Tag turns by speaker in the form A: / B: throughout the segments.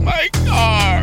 A: My car.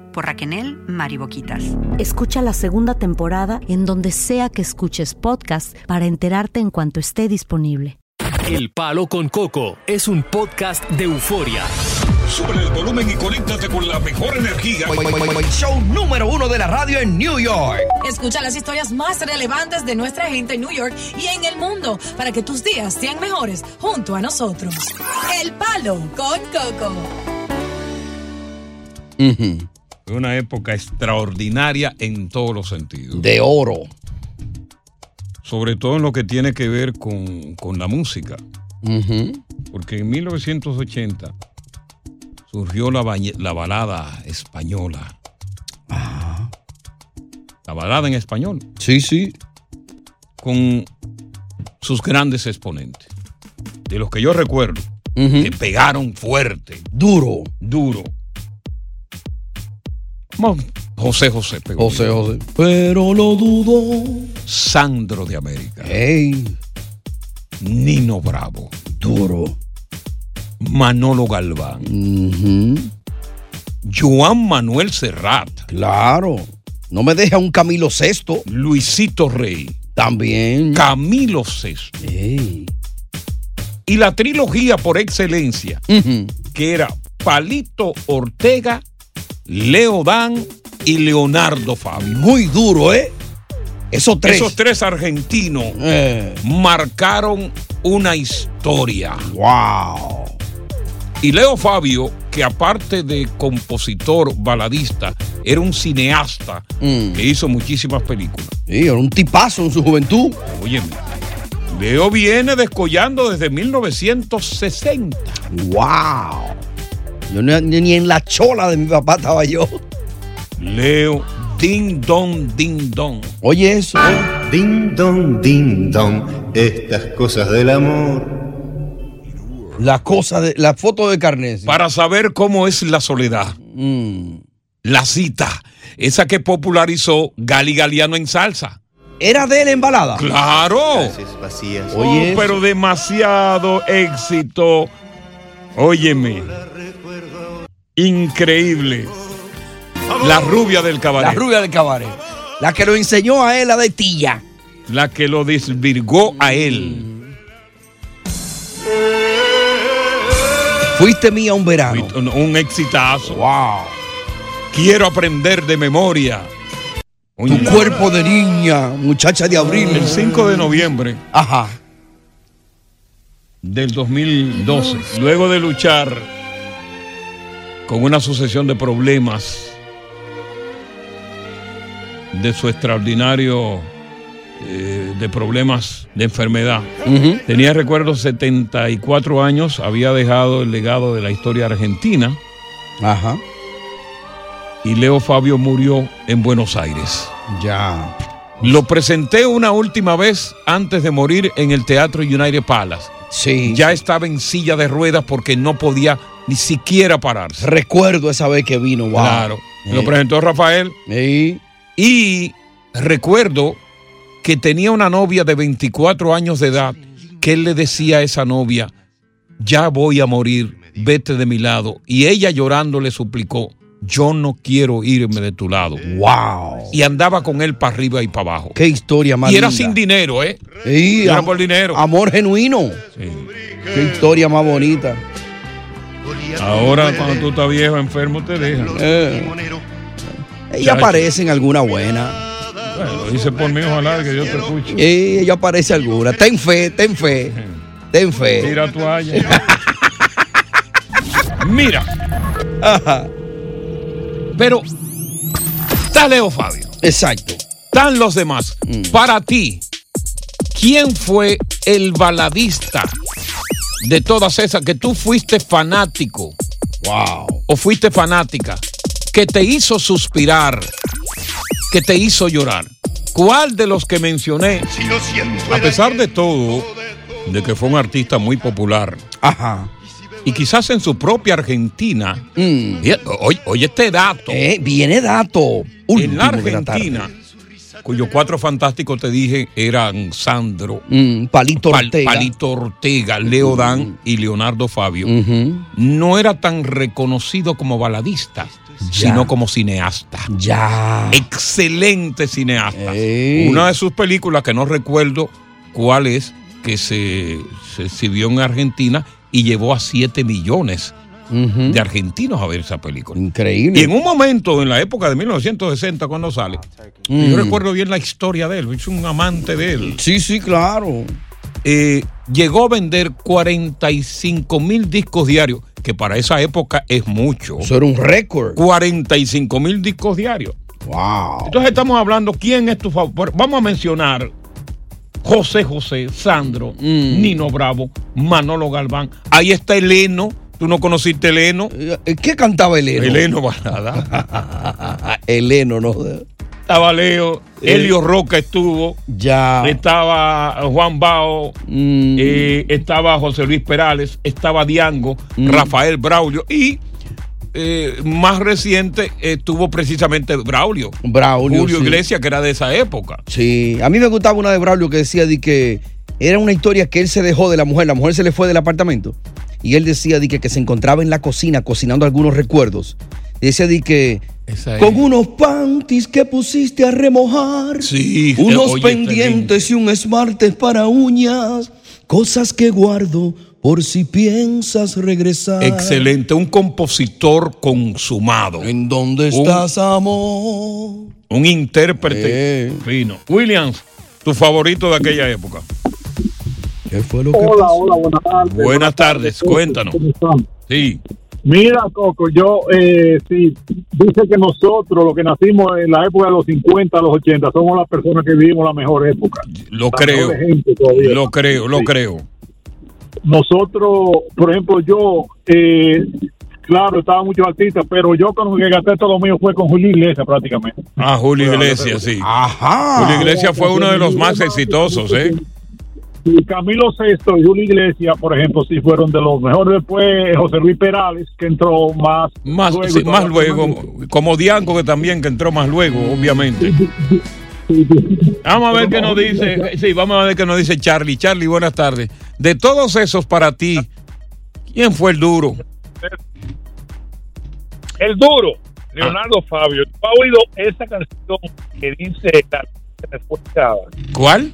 B: por Raquel Mariboquitas.
C: Escucha la segunda temporada en donde sea que escuches podcast para enterarte en cuanto esté disponible.
D: El Palo con Coco es un podcast de euforia.
E: Sube el volumen y conéctate con la mejor energía.
F: Show número uno de la radio en New York.
G: Escucha las historias más relevantes de nuestra gente en New York y en el mundo para que tus días sean mejores junto a nosotros. El Palo con Coco.
E: Fue Una época extraordinaria en todos los sentidos.
H: De oro.
E: Sobre todo en lo que tiene que ver con, con la música. Porque en 1980 surgió la, bañe- la balada española. La balada en español.
H: Ah. Sí, sí.
E: Con sus grandes exponentes. De los que yo recuerdo, que pegaron fuerte.
H: Duro.
E: Duro. Mo- José José pegó.
H: José
E: bien.
H: José. Pero lo dudo. Eh,
E: Sandro de América.
H: Ey,
E: Nino Bravo.
H: duro.
E: Manolo Galván.
H: Ujú,
E: Joan Manuel Serrat.
H: Claro. No me deja un Camilo Sexto.
E: Luisito Rey.
H: También.
E: Camilo Sesto.
H: Ey.
E: Y la trilogía por excelencia,
H: Ujú,
E: que era Palito Ortega, Leo Dan y Leonardo Fabio.
H: Muy duro, ¿eh? Esos tres.
E: Esos tres argentinos
H: Eh,
E: marcaron una historia.
H: wow.
E: Y Leo Fabio, que aparte de compositor, baladista, era un cineasta
H: Mm.
E: que hizo muchísimas películas.
H: Sí, era un tipazo en su juventud.
E: Óyeme, Leo viene descollando desde 1960.
H: Wow. Yo ni, ni- ni en la chola de mi papá estaba yo.
E: Leo, ding dong, ding dong.
H: Oye eso. ¿eh?
I: Ding dong, ding dong, estas cosas del amor.
H: La cosa de la foto de Carnesi.
E: Para saber cómo es la soledad,
H: Mm.
E: la cita, esa que popularizó Gali Galiano en salsa.
H: Era de él en balada.
E: ¡Claro!
I: Calles vacías.
E: Oh,
H: Oye, eso.
E: pero demasiado éxito. Óyeme. Increíble. La rubia del
H: La
E: cabaret. La,
H: rubia del cabaret. La que lo enseñó a él, la de Tilla.
E: que lo desvirgó a él.
H: Fuiste mía un verano.
E: Un, un exitazo.
H: Ah, Wow.
E: Quiero aprender de memoria.
H: Tu
E: Oye,
H: cuerpo de niña, muchacha de
E: El
H: abril.
E: 5 de noviembre
H: Ajá.
E: del 2012, luego de luchar con una sucesión de problemas de su extraordinario eh, de problemas de enfermedad. Tenía recuerdo 74 años, había dejado el legado de la historia argentina
H: Ajá.
E: y Leo Fabio murió en Buenos Aires.
H: Ya.
E: Lo presenté una última vez antes de morir en el Teatro United Palace.
H: Sí.
E: Ya estaba en silla de ruedas porque no podía ni siquiera pararse.
H: Recuerdo esa vez que vino, wow.
E: Claro.
H: Eh.
E: Lo presentó Rafael.
H: Sí.
E: Y recuerdo que tenía una novia de 24 años de edad que él le decía a esa novia, ya voy a morir, vete de mi lado. Y ella llorando le suplicó, yo no quiero irme de tu lado.
H: Wow.
E: Y andaba con él para arriba y para abajo.
H: Qué historia más
E: Y era
H: linda.
E: sin dinero, ¿eh?
H: Sí,
E: No era
H: am-
E: por dinero.
H: Amor genuino. Qué historia más bonita.
E: Ahora cuando tú estás viejo, enfermo, te dejan.
H: Eh. Ella aparece en alguna buena.
E: Bueno, dice por mí, ojalá que yo te escuche.
H: Eh, ella aparece alguna. Ten fe, ten fe. Ten fe.
E: Tira toalla. Mira. Pero está Leo Fabio.
H: Exacto. Mm.
E: Están los demás. Para ti, ¿quién fue el baladista de todas esas que tú fuiste fanático?
H: Wow.
E: O fuiste fanática. Que te hizo suspirar. Que te hizo llorar. ¿Cuál de los que mencioné? A pesar de todo, de que fue un artista muy popular.
H: Ajá.
E: Y quizás en su propia Argentina. Oye, oye, oye este dato.
H: Mm. Eh, viene dato.
E: en
H: último
E: la
H: de la tarde.
E: Argentina, cuyos cuatro fantásticos te dije eran Sandro,
H: Mm, Palito
E: Pal-
H: Ortega. Mm.
E: Palito Ortega, Leo Dan y Leonardo Fabio,
H: Ujú.
E: no era tan reconocido como baladista, sino como cineasta.
H: Ya.
E: Eh. Excelente cineasta.
H: Ey.
E: Una de sus películas, que no recuerdo cuál es, que se, se exhibió en Argentina y llevó a 7 millones
H: Ujú.
E: de argentinos a ver esa película.
H: Increíble.
E: Y en un momento, en la época de 1960, cuando sale,
H: Mm.
E: yo recuerdo bien la historia de él, es un amante de él.
H: Sí, sí, claro.
E: Eh, llegó a vender 45 mil discos diarios, que para esa época es mucho.
H: Eso era un récord.
E: 45 mil discos diarios.
H: Wow.
E: Entonces estamos hablando, ¿quién es tu favor? Vamos a mencionar José José, Sandro,
H: Mm.
E: Nino Bravo, Manolo Galván. Ahí está Eleno. ¿Tú no conociste Eleno?
H: Eh, ¿Qué cantaba Eleno?
E: Eleno Balada.
H: Ah, Eleno, no.
E: Estaba Leo, Elio Roca estuvo.
H: Ya.
E: Estaba Juan Bao,
H: Mm.
E: eh, estaba José Luis Perales, estaba Diango,
H: Mm.
E: Rafael Braulio y eh, más reciente estuvo precisamente Braulio.
H: Braulio.
E: Julio
H: sí.
E: Iglesias, que era de esa época.
H: Sí, a mí me gustaba una de Braulio que decía de que era una historia que él se dejó de la mujer, la mujer se le fue del apartamento y él decía de que, que se encontraba en la cocina cocinando algunos recuerdos. Y decía de que
E: Esa
H: con unos panties que pusiste a remojar,
E: Sí,
H: unos
E: oye, este
H: pendientes y un esmalte para uñas, cosas que guardo por si piensas regresar.
E: Excelente, un compositor consumado.
H: ¿En dónde
E: Un-
H: estás, amor? Eh.
E: Un intérprete fino. Williams, tu favorito de aquella época.
H: ¿Qué fue lo
J: Hola, hola, buenas tardes.
E: Buenas tardes, cuéntanos.
J: ¿Cómo están?
E: Sí.
J: Mira, Coco, yo, eh, sí, dice que nosotros, los que nacimos en la época de los 50, los 80, somos las personas que vivimos la mejor época.
E: Lo
J: La
E: creo.
J: mejor gente todavía.
E: Lo creo, lo
J: Sí.
E: creo.
J: Nosotros, por ejemplo, yo, eh, claro, estaban muchos artistas, pero yo con que gasté todo lo mío fue con Julio Iglesias prácticamente.
E: Ah, Julio Iglesias, sí.
H: Ajá.
E: Julio Iglesias fue uno de los más exitosos, ¿eh?
J: Y Camilo Sexto y Julio Iglesias, por ejemplo, sí fueron de los mejores. Después José Luis Perales, que entró más
E: Más,
J: luego,
E: sí, más
J: todavía
E: luego, como Dianco que también que entró más luego, obviamente. Vamos a ver qué nos dice, sí, vamos a ver qué nos dice Charlie. Charlie, buenas tardes. De todos esos para ti, ¿quién fue el duro?
K: El duro,
E: Ah.
K: Leonardo Fabio. ¿Tú has oído esa canción que dice la dicha que me fue negada?
E: ¿Cuál?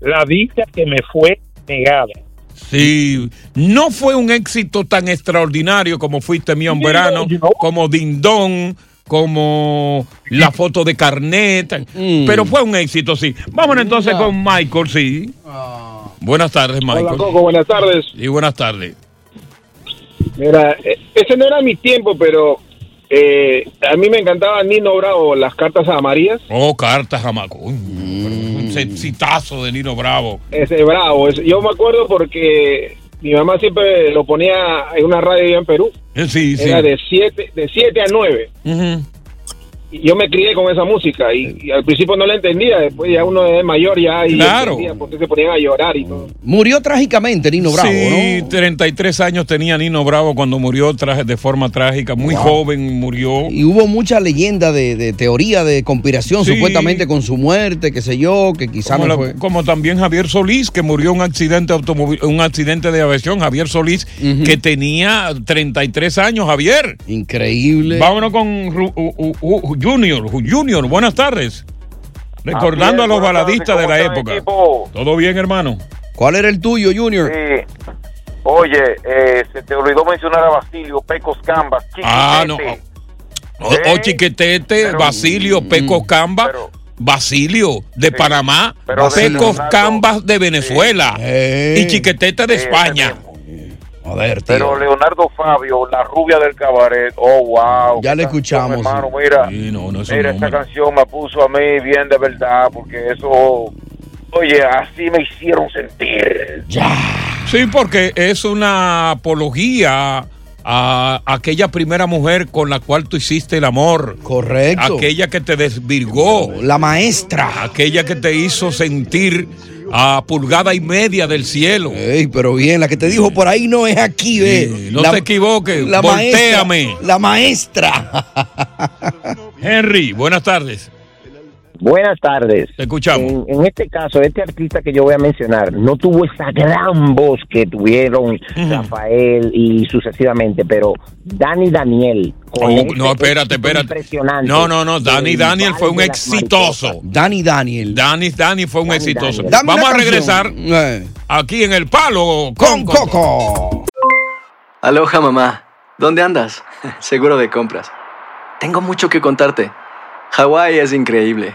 K: La dicha que me fue negada.
E: Sí, no fue un éxito tan extraordinario como fuiste mío en verano, como Dindón, como la foto de Carnet,
L: Mm.
E: pero fue un éxito, sí. Vamos entonces con Michael, sí. Buenas tardes, Michael.
L: Ah. Hola, Coco, buenas tardes.
E: Y buenas tardes.
L: Mira, eh, ese no era mi tiempo, pero eh, a mí me encantaba Nino Bravo, las cartas amarillas.
E: Oh, cartas, jamaco. Uy,
L: Mm.
E: pero Un sexitazo de Nino Bravo.
L: Ese bravo. ese- yo me acuerdo porque mi mamá siempre lo ponía en una radio allá en Perú.
E: Eh, Sí, sí.
L: Era de 7 de siete a 9. Y yo me crié con esa música y, y al principio no la entendía, después ya uno es mayor ya y
E: Claro.
L: entendía por qué se ponían a llorar y todo.
H: Murió trágicamente Nino Bravo,
E: sí, 33 años tenía Nino Bravo cuando murió tra- de forma trágica, muy
H: Wow.
E: joven murió.
H: ¿no? Y hubo mucha leyenda de, de teoría de conspiración,
E: Sí.
H: supuestamente con su muerte, qué sé yo, que quizá
E: Como,
H: no
E: la-
H: fue.
E: como también Javier Solís, que murió en un accidente automóvil, un accidente de aviación, Javier Solís, que tenía 33 años, Javier.
H: Increíble.
E: Vámonos con Ru- U- U- U- Junior, Ju- Junior, buenas tardes. Recordando
M: Así es,
E: a los
M: buenas tardes,
E: baladistas de
M: ¿cómo
E: la
M: está mi
E: época.
M: equipo?
E: ¿Todo bien, hermano?
H: ¿Cuál era el tuyo, Junior?
M: Sí. Oye, eh, se te olvidó mencionar a Basilio, Pecos Cambas.
E: Ah, no. O, o Chiquetete, Basilio, Pecos Camba, Basilio de Panamá,
M: pero de
E: Pecos
M: Leonardo-
E: Cambas de Venezuela y Chiquetete de España.
H: A ver,
M: Pero Leonardo Fabio, la rubia del cabaret, oh wow.
H: Ya le
M: Esa
H: escuchamos.
M: canción, Hermano, mira, mira esta canción me puso a mí bien de verdad, porque eso, oye, así me hicieron sentir.
E: Sí, porque es una apología a aquella primera mujer con la cual tú hiciste el amor.
H: Correcto.
E: Aquella que te desvirgó.
H: La maestra.
E: Aquella que te hizo sentir a pulgada y media del cielo.
H: Ey, pero bien, la que te dijo por ahí no es aquí, ve.
E: no
H: Eh, La-
E: te equivoques,
H: la maestra,
E: volteame.
H: la maestra.
E: Henry, buenas tardes.
N: Buenas tardes.
E: escuchamos.
N: En, en este caso, este artista que yo voy a mencionar no tuvo esa gran voz que tuvieron Rafael y sucesivamente, pero Dani Daniel. con
E: Oh,
N: este
E: no, espérate, espérate.
N: Impresionante.
E: No, no, no. Dani
N: El
E: Daniel fue un
N: Valle de las
E: exitoso.
H: Dani Daniel.
E: Dani Dani fue un exitoso.
H: Daniel. Dame
E: Vamos
H: una
E: a regresar
H: canción. Eh,
E: aquí en el palo con
H: Coco.
O: Aloha mamá, ¿dónde andas? Seguro de compras. Tengo mucho que contarte. Hawái es increíble.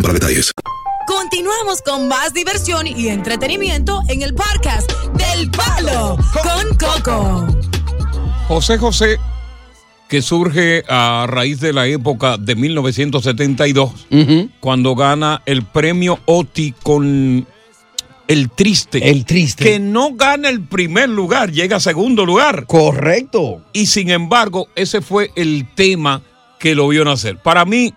P: para detalles.
G: Continuamos con más diversión y entretenimiento en el podcast del Palo con Coco.
E: José José, que surge a raíz de la época de 1972, cuando gana el premio OTI con El Triste.
H: El Triste.
E: Que no gana el primer lugar, llega a segundo lugar.
H: Correcto.
E: Y sin embargo, ese fue el tema que lo vio nacer. Para mí,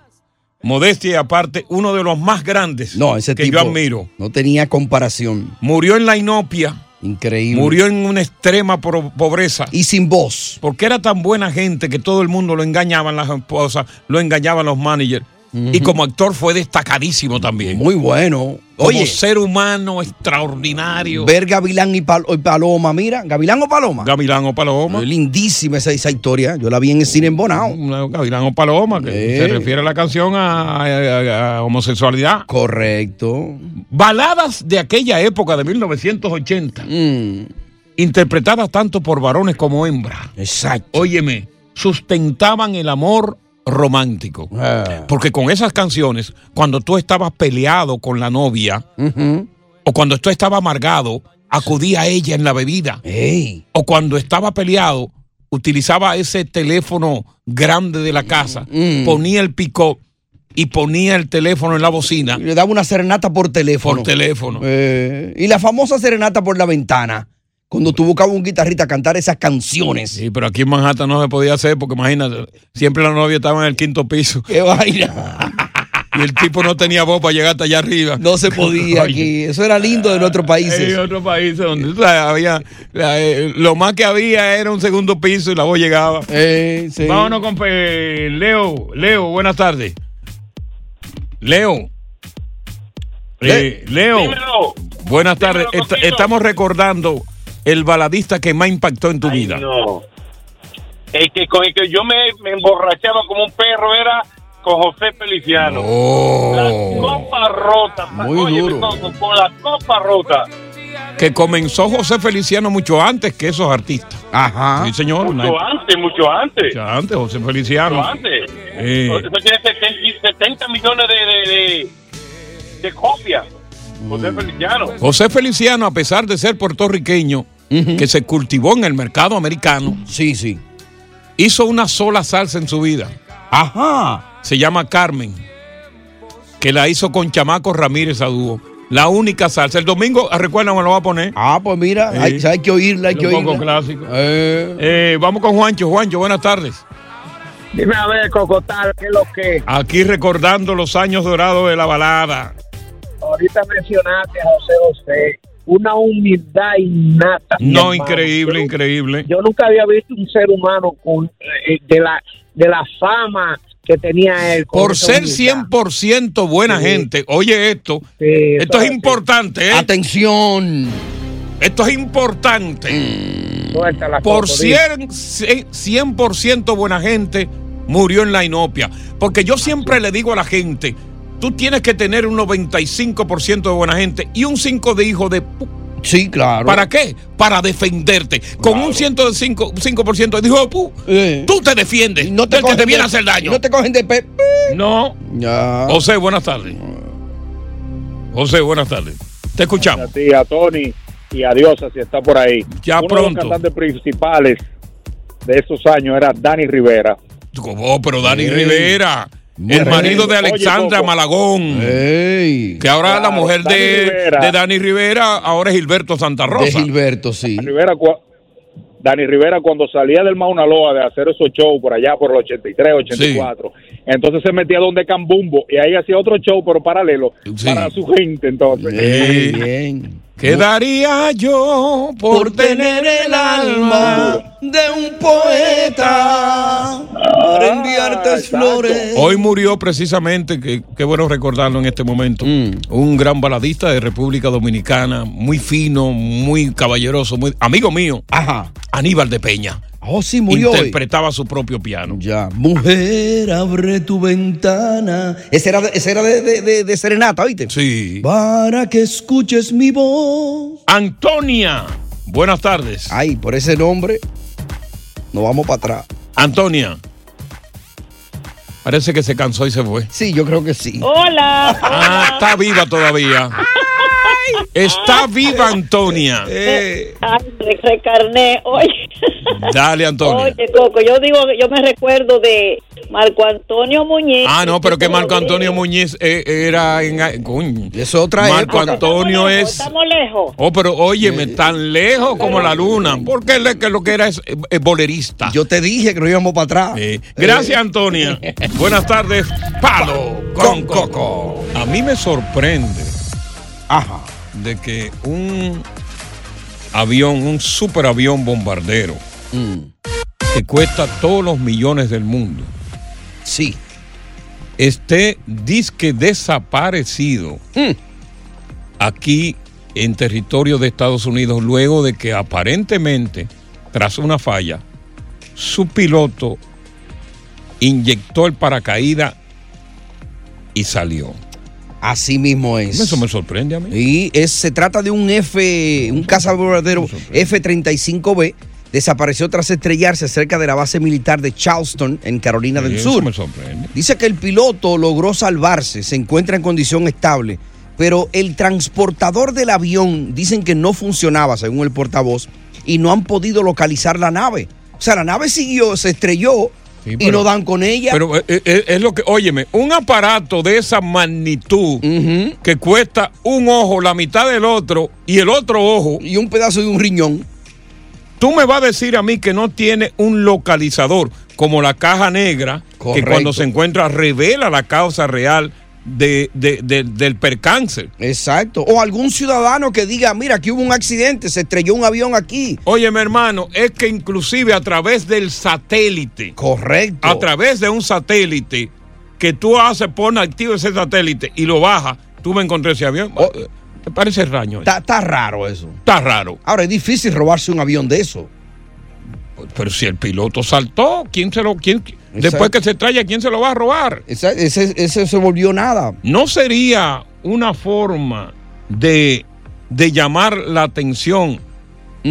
E: modestia y aparte, uno de los más grandes
H: No, ese
E: que
H: tipo
E: yo admiro.
H: no tenía comparación.
E: Murió en la inopia.
H: Increíble.
E: Murió en una extrema pro- pobreza.
H: Y sin voz.
E: Porque era tan buena gente que todo el mundo lo engañaban las esposas, lo engañaban los managers. Y como actor fue destacadísimo también.
H: Muy bueno.
E: Como
H: Oye.
E: ser humano extraordinario.
H: Ver Gavilán y, Pal- y Paloma, mira, Gavilán o Paloma.
E: Gavilán o Paloma.
H: Lindísima esa, esa historia. Yo la vi en el cine en Bonao.
E: Gavilán o Paloma, que
H: Eh.
E: se refiere a la canción a, a- a- a homosexualidad.
H: Correcto.
E: Baladas de aquella época de 1980. Interpretadas tanto por varones como hembras.
H: Exacto.
E: Óyeme, sustentaban el amor romántico. Porque con esas canciones, cuando tú estabas peleado con la novia, o cuando tú estabas amargado, acudía a ella en la bebida. O cuando estaba peleado, utilizaba ese teléfono grande de la casa, ponía el pick-up y ponía el teléfono en la bocina.
L: Mm.
H: Le daba una serenata por teléfono.
E: Por teléfono.
H: Eh, y la famosa serenata por la ventana. Cuando tú buscabas un guitarrista a cantar esas canciones.
E: Sí, pero aquí en Manhattan no se podía hacer porque imagínate, siempre la novia estaba en el quinto piso.
H: ¡Qué vaina!
E: Y el tipo no tenía voz para llegar hasta allá arriba.
H: No se podía aquí. Eso era lindo de nuestros
E: En
H: países.
E: otros países donde tú sabes, había, la, eh, lo más que había era un segundo piso y la voz llegaba. Vámonos con eh, Leo. Leo, buenas tardes. Leo. Eh, Leo. Buenas tardes. Est- estamos recordando el baladista que más impactó en tu vida.
L: No. El que con el que yo me, me emborrachaba como un perro era con José Feliciano.
E: Oh.
H: Oh.
L: La copa rota.
E: Muy
L: Oye,
E: duro.
L: Con, con la copa rota.
E: Que comenzó José Feliciano mucho antes que esos artistas.
H: Ah.
E: Ajá. Sí, señor.
L: Mucho
E: Una-
L: antes, mucho antes.
E: Mucho antes, José Feliciano. Eh,
L: Mucho antes.
E: Sí.
L: Eso tiene 70, 70 millones de, de, de- de copias. José Feliciano.
E: José Feliciano, a pesar de ser puertorriqueño, que se cultivó en el mercado americano.
H: Sí, sí.
E: Hizo una sola salsa en su vida.
H: Ajá.
E: Se llama Carmen. Que la hizo con Chamaco Ramírez a dúo. La única salsa. El domingo, ah, recuerda, me lo va a poner.
H: Ah, pues mira, hay, hay que oírla, hay que
E: Un poco
H: oírla.
E: clásico. Eh, vamos con Juancho. Juancho, buenas tardes.
Q: Dime a ver, Cocotal, ¿qué es lo que?
E: Aquí recordando los años dorados de la balada.
Q: Ahorita mencionaste a José José. Una humildad innata. mi hermano.
E: No, increíble, increíble.
Q: Yo nunca había visto un ser humano con eh, de la de la fama que tenía él. con
E: Por
Q: esa
E: ser
Q: humildad.
E: 100% buena gente, oye esto, esto es importante. ¿eh?
H: Atención.
E: Esto es importante.
Q: Mm.
E: Por
Q: Coco,
E: 100%, 100% buena gente murió en la inopia. Porque yo siempre le digo a la gente, tú tienes que tener un 95% de buena gente y un 5 de hijo de... pu-
H: Sí, claro.
E: ¿Para qué? Para defenderte. Con un 105% 5% de hijo de pu, tú te defiendes no
H: te
E: del que
H: cogen
E: te viene
H: de-
E: a hacer daño.
H: No te cogen de pe...
E: No. José, buenas tardes. José, buenas tardes. Te escuchamos.
R: A ti, a Tony y a Diosa, si está por ahí.
E: Ya
R: Uno de
E: pronto.
R: los cantantes principales de esos años era Dani Rivera.
E: Oh, pero Dani
R: Ey.
E: Rivera, el
R: bien.
E: marido de
R: Oye,
E: Alexandra
R: Coco.
E: Malagón. Que ahora la
R: Claro,
E: mujer
R: Dani
E: de,
R: Rivera.
E: de Dani Rivera, ahora es Gilberto Santa Rosa.
H: Gilberto, sí.
R: Rivera, cua- Dani Rivera cuando salía del Mauna Loa de hacer esos shows por allá por el 83, 84, entonces se metía donde Cambumbo y ahí hacía otro show pero paralelo para su gente entonces.
E: ¿Qué daría yo por tener el alma
H: de un poeta para enviarte flores?
E: Hoy murió precisamente, que- qué bueno recordarlo en este momento, un gran baladista de República Dominicana, muy fino, muy caballeroso, muy amigo mío, Aníbal de Peña.
H: Oh, sí, murió hoy.
E: Interpretaba su propio piano.
H: Ya. Mujer, abre tu ventana. Ese era, de- ese era de, de- de- de Serenata, ¿oíste?
E: Sí.
H: Para que escuches mi voz.
E: Antonia, buenas tardes.
H: Ay, por ese nombre, nos vamos para atrás.
E: Antonia. Parece que se cansó y se fue.
H: Sí, yo creo que sí.
C: Hola.
E: Ah, está viva todavía. Está viva Antonia.
C: Eh. Ay, re- recarné. Oye,
E: Dale, Antonia.
C: oye, Coco, yo digo, yo me recuerdo de Marco Antonio Muñiz.
E: Ah, no, pero que Marco Antonio Muñiz eh, era en. coño.
H: Es otra
E: Marco
H: época. Eh.
E: Antonio es.
C: Estamos lejos.
E: Oh, pero óyeme, tan lejos como la luna. Porque él es que lo que era es, eh, eh, bolerista. Eh,
H: Yo Eh. te dije que nos íbamos para atrás.
E: Gracias, Antonia. Buenas tardes, Palo con Coco. A mí me sorprende de que un avión, un superavión bombardero,
H: Mm.
E: que cuesta todos los millones del mundo,
H: sí.
E: esté disque desaparecido
H: Mm.
E: aquí en territorio de Estados Unidos, luego de que aparentemente, tras una falla, su piloto inyectó el paracaídas y salió.
H: Así mismo es.
E: Eso me sorprende a mí.
H: Y es- se trata de un F, un cazabordero F-35B. Desapareció tras estrellarse cerca de la base militar de Charleston, en Carolina del
E: Eso
H: Sur.
E: me sorprende.
H: Dice que el piloto logró salvarse, se encuentra en condición estable, pero el transportador del avión dicen que no funcionaba, según el portavoz, y no han podido localizar la nave. O sea, la nave siguió, se estrelló
E: Sí,
H: y
E: pero-
H: no dan con ella.
E: Pero eh, eh, es, lo que, óyeme, un aparato de esa magnitud que cuesta un ojo, la mitad del otro y el otro ojo.
H: Y un pedazo de un riñón.
E: Tú me vas a decir a mí que no tiene un localizador como la caja negra, que
H: Correcto.
E: cuando se encuentra revela la causa real de, de- de- del percance.
H: Exacto. O algún ciudadano que diga, mira, aquí hubo un accidente, se estrelló un avión aquí.
E: Oye, mi hermano, es que inclusive a través del satélite.
H: Correcto.
E: A través de un satélite que tú haces, pon activo ese satélite y lo bajas, tú me encontré ese avión. Me parece raño. eso.
H: Está, está raro eso.
E: Está raro.
H: Ahora, es difícil robarse un avión de eso.
E: Pero si el piloto saltó, ¿quién se lo, quién, después
H: Exacto.
E: que se traiga, quién se lo va a robar?
H: Esa- ese, ese se volvió nada.
E: ¿No sería una forma de, de llamar la atención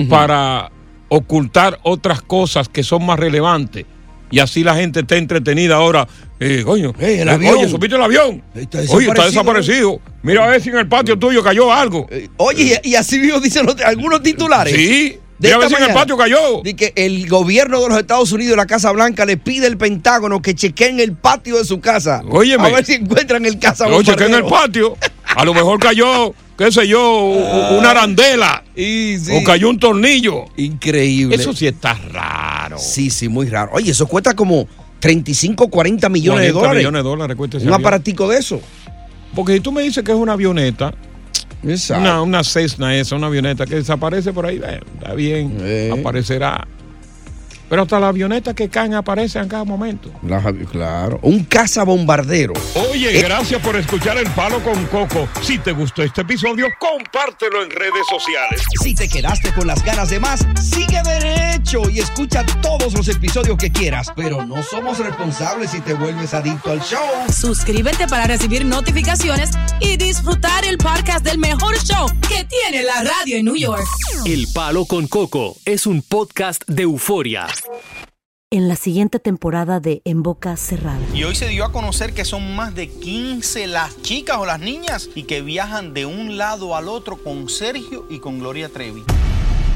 E: para ocultar otras cosas que son más relevantes? Y así la gente está entretenida ahora. Eh, coño,
H: Ey, el
E: eh,
H: avión.
E: Oye, ¿supiste el avión? Oye, está desaparecido. Mira a ver si en el
H: Mm.
E: patio tuyo cayó algo.
H: Eh, Oye, y, y así mismo dicen los- algunos titulares.
E: Sí. Mira a ver si en el patio cayó.
H: De que el gobierno de los Estados Unidos, la Casa Blanca, le pide al Pentágono que chequeen el patio de su casa.
E: Óyeme.
H: A ver si encuentran el casa
E: Oye, chequea en el patio. A lo mejor cayó, qué sé yo,
H: Ah,
E: u- una arandela. O cayó un tornillo.
H: Increíble.
E: Eso sí está raro.
H: Sí, sí, muy raro. Oye, eso cuesta como 35, 40 millones de
E: 40
H: dólares.
E: millones de dólares cuesta ese
H: Un
E: avión.
H: aparatico de eso.
E: Porque si tú me dices que es una avioneta, una, una Cessna esa, una avioneta que desaparece por ahí, bueno, está bien, aparecerá. Pero hasta las avionetas que caen aparecen a cada momento.
H: Claro. Un cazabombardero.
E: Oye, gracias por escuchar El Palo con Coco. Si te gustó este episodio, compártelo en redes sociales.
H: Si te quedaste con las ganas de más, sigue derecho y escucha todos los episodios que quieras. Pero no somos responsables si te vuelves adicto al show.
G: Suscríbete para recibir notificaciones y disfrutar el podcast del mejor show que tiene la radio en New York.
C: El Palo con Coco es un podcast de euforia.
S: En la siguiente temporada de En Boca Cerrada.
B: Y hoy se dio a conocer que son más de 15 las chicas o las niñas y que viajan de un lado al otro con Sergio y con Gloria Trevi.